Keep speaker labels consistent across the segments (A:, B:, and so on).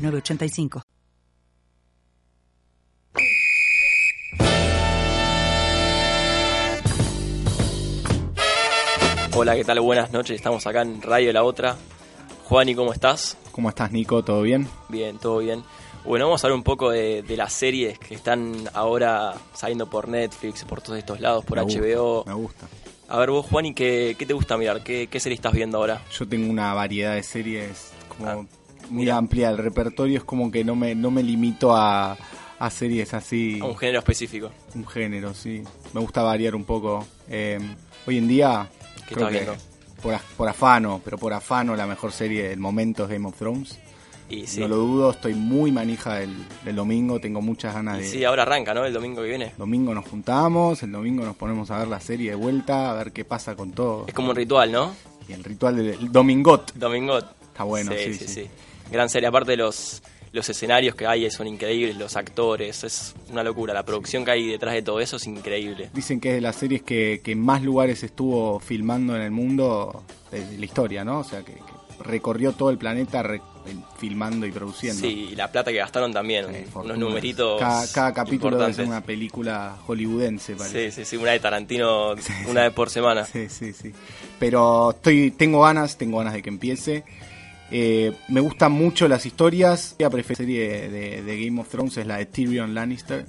A: 985.
B: Hola, ¿qué tal? Buenas noches. Estamos acá en Radio La Otra. Juani, ¿cómo estás?
C: ¿Cómo estás, Nico? ¿Todo bien?
B: Bien, todo bien. Bueno, vamos a hablar un poco de, de las series que están ahora saliendo por Netflix, por todos estos lados, por
C: Me gusta,
B: HBO.
C: me gusta.
B: A ver, vos, Juani, ¿qué, qué te gusta mirar? ¿Qué, qué serie estás viendo ahora?
C: Yo tengo una variedad de series como
B: Ah,
C: muy
B: mira.
C: amplia. El repertorio es como que no me, no me limito a, a series así,
B: A un género específico.
C: un género, sí. Me gusta variar un poco. Eh, hoy en día,
B: ¿Qué estás
C: creo que
B: viendo?
C: por, af- por afano, pero por afano la mejor serie del momento es Game of Thrones.
B: Y sí,
C: No lo dudo, estoy muy manija del, del domingo, tengo muchas ganas
B: y
C: de...
B: sí, ahora arranca, ¿no? El domingo que viene.
C: Domingo nos juntamos, el domingo nos ponemos a ver la serie de vuelta, a ver qué pasa con todo.
B: Es como un ritual, ¿no?
C: Y el ritual del el domingot.
B: Domingo.
C: Está bueno, sí, sí.
B: Gran serie. Aparte de los, los escenarios que hay, son increíbles, los actores, es una locura. La producción que hay detrás de todo eso es increíble.
C: Dicen que es de las series que, que en más lugares estuvo filmando en el mundo de, de la historia, ¿no? O sea, que, que recorrió todo el planeta re- filmando y produciendo.
B: Sí, y la plata que gastaron también,
C: Eh, fortuna.
B: unos numeritos.
C: Cada, cada capítulo debe ser
B: importantes.
C: una película hollywoodense, parece.
B: Sí, sí, sí, una de Tarantino, una vez por semana.
C: Sí, sí, sí. Pero estoy, tengo ganas, tengo ganas de que empiece. Eh, me gustan mucho las historias. La preferida serie de, de Game of Thrones es la de Tyrion Lannister.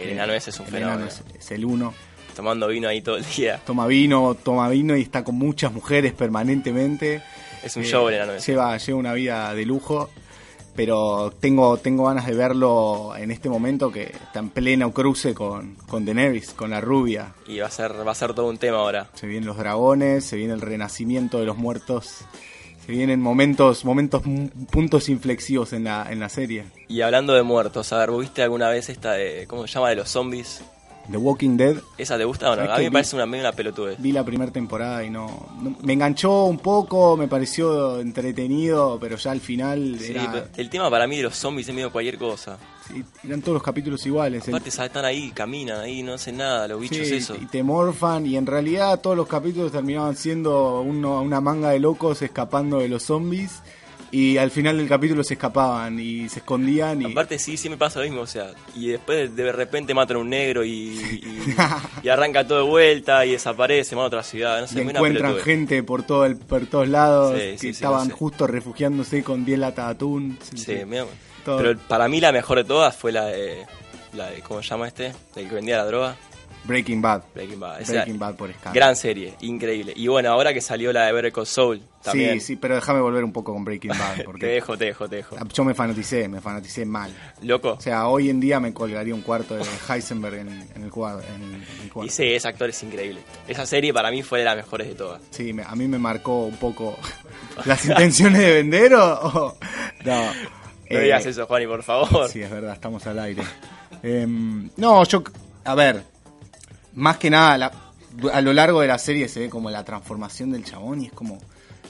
B: El enano ese es un
C: El enano
B: fenómeno.
C: es, es el uno.
B: Tomando vino ahí todo el día.
C: Toma vino, toma vino y está con muchas mujeres permanentemente.
B: Es un
C: Eh,
B: show el enano ese.
C: lleva, lleva una vida de lujo. Pero tengo, tengo ganas de verlo en este momento que está en pleno cruce con, con Daenerys, con la rubia.
B: Y va a ser, va a ser todo un tema ahora.
C: Se vienen los dragones, se viene el renacimiento de los muertos, se vienen momentos, momentos, m- puntos inflexivos en la, en la serie.
B: Y hablando de muertos, a ver, ¿vos ¿viste alguna vez esta de, ¿cómo se llama? De los zombies.
C: The Walking Dead,
B: ¿Esa te gusta o no?
C: Es
B: A
C: que
B: mí me
C: vi-
B: parece una, medio una pelotudez.
C: vi la primera temporada y no, no- Me enganchó un poco, me pareció entretenido, pero ya al final
B: Sí,
C: era-
B: pero el tema para mí de los zombies es medio cualquier cosa.
C: sí, eran todos los capítulos iguales. el-
B: Aparte sa- están ahí, caminan ahí, no hacen nada, los bichos
C: sí,
B: esos.
C: y te morfan y en realidad todos los capítulos terminaban siendo uno- una manga de locos escapando de los zombies y al final del capítulo se escapaban y se escondían y...
B: Aparte sí, siempre pasa lo mismo, o sea, y después de, de repente matan a un negro y, y- y arranca todo de vuelta y desaparece, van a otra ciudad, no
C: y
B: sé, medio una
C: encuentran
B: pelotudez.
C: gente por todo el, por todos lados
B: Sí,
C: que
B: sí, sí, lo
C: estaban
B: sé.
C: justo refugiándose con 10 latas de atún. Sí,
B: Sí,
C: sí.
B: medio-
C: Todo.
B: Pero para mí la mejor de todas fue la de, la de ¿cómo se llama este? El que vendía la droga.
C: Breaking Bad.
B: Breaking Bad. esa-
C: Breaking Bad por escala.
B: Gran serie, increíble. Y bueno, ahora que salió la de Better Call Saul, también.
C: Sí, sí, pero déjame volver un poco con Breaking Bad
B: Te
C: porque
B: dejo, te dejo, te dejo.
C: yo me fanaticé, me fanaticé mal.
B: Loco.
C: O sea, hoy en día me colgaría un cuarto de Heisenberg en, en el cuadro. En, el cuadro.
B: Y sí, ese actor es increíble. Esa serie para mí fue de las mejores de todas.
C: Sí, me- a mí me marcó un poco las intenciones de vender o... o- no.
B: No
C: Eh,
B: digas eso, Juani, por favor.
C: Sí, es verdad, estamos al aire. Em, no, yo, a ver, más que nada, la- a lo largo de la serie se ve como la transformación del chabón y es como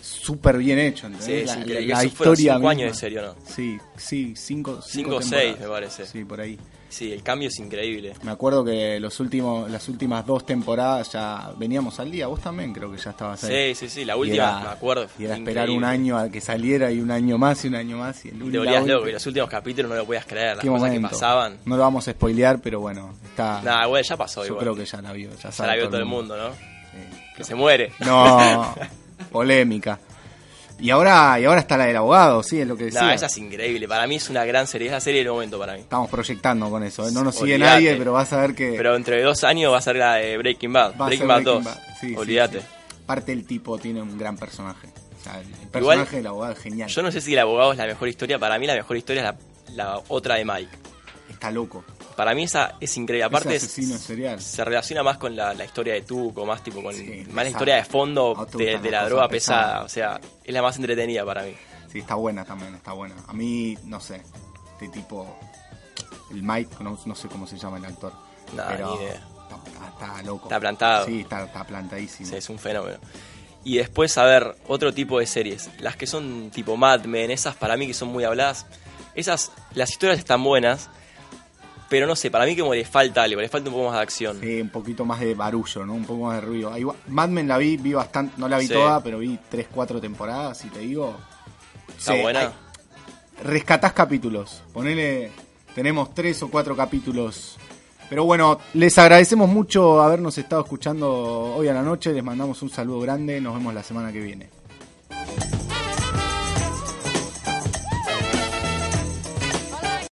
C: súper bien hecho, ¿entendés?
B: Sí, es
C: La- la,
B: increíble.
C: la
B: Eso fueron
C: historia
B: cinco
C: misma.
B: años de serio, ¿no?
C: Sí, sí, cinco,
B: Cinco o
C: temporadas.
B: seis, me parece.
C: Sí, por ahí.
B: Sí, el cambio es increíble.
C: Me acuerdo que los últimos, las últimas dos temporadas ya veníamos al día. Vos también creo que ya estabas ahí.
B: Sí, sí, sí, la última, me acuerdo.
C: Y era
B: fue
C: esperar un
B: increíble.
C: año a que saliera y un año más y un año más. Y el,
B: Te
C: la
B: volvías
C: última-
B: loco y los últimos capítulos no lo podías creer, las
C: ¿Qué
B: cosas
C: momento?
B: que pasaban.
C: No lo vamos a spoilear, pero bueno, está.
B: Nada, bueno, ya pasó
C: yo
B: igual.
C: creo que ya la vio, ya
B: ya
C: sabe
B: la vio todo el mundo, ¿no?
C: Sí.
B: Que se muere.
C: No, polémica. Y ahora, y ahora está la del abogado, sí, es lo que decía.
B: No, esa es increíble. Para mí es una gran serie. Esa serie del momento para mí.
C: Estamos proyectando con eso. ¿eh? No nos sigue
B: Olvídate.
C: nadie, pero vas a ver que.
B: Pero entre dos años va a ser la de Breaking Bad.
C: va a
B: Breaking
C: ser
B: Bad 2.
C: Breaking Bad. Sí, sí,
B: Olvídate.
C: sí. Aparte, el tipo tiene un gran personaje. O sea, el personaje del abogado es genial.
B: Yo no sé si el abogado es la mejor historia. Para mí la mejor historia es la, la otra de Mike.
C: Está loco.
B: Para mí esa es increíble.
C: Aparte
B: Aparte
C: es asesino
B: es-
C: serial.
B: se relaciona más con la, la historia de Tuco, más tipo con
C: Sí,
B: más
C: pesado.
B: la historia de fondo
C: No te
B: de,
C: gustan
B: de
C: las
B: la
C: cosas
B: droga pesada.
C: pesadas.
B: O sea, es la más entretenida para mí.
C: Sí, está buena también, está buena. A mí, no sé, este tipo, el Mike, no, no sé cómo se llama el actor.
B: Nah,
C: pero
B: ni idea.
C: Está, está- está loco.
B: Está plantado.
C: Sí, está, está plantadísimo.
B: Sí, es un fenómeno. Y después, a ver, otro tipo de series. Las que son tipo Mad Men, esas para mí que son muy habladas. Esas, las historias están buenas, pero no sé, para mí como le falta algo, le falta un poco más de acción.
C: Sí, un poquito más de barullo, ¿no? Un poco más de ruido. Ah, igual- Mad Men la vi, vi bastante, no la vi
B: Sí.
C: toda, pero vi 3, 4 temporadas y te digo...
B: Está
C: sí,
B: buena.
C: hay- rescatás capítulos. Ponele, tenemos tres o cuatro capítulos. Pero bueno, les agradecemos mucho habernos estado escuchando hoy a la noche. Les mandamos un saludo grande. Nos vemos la semana que viene.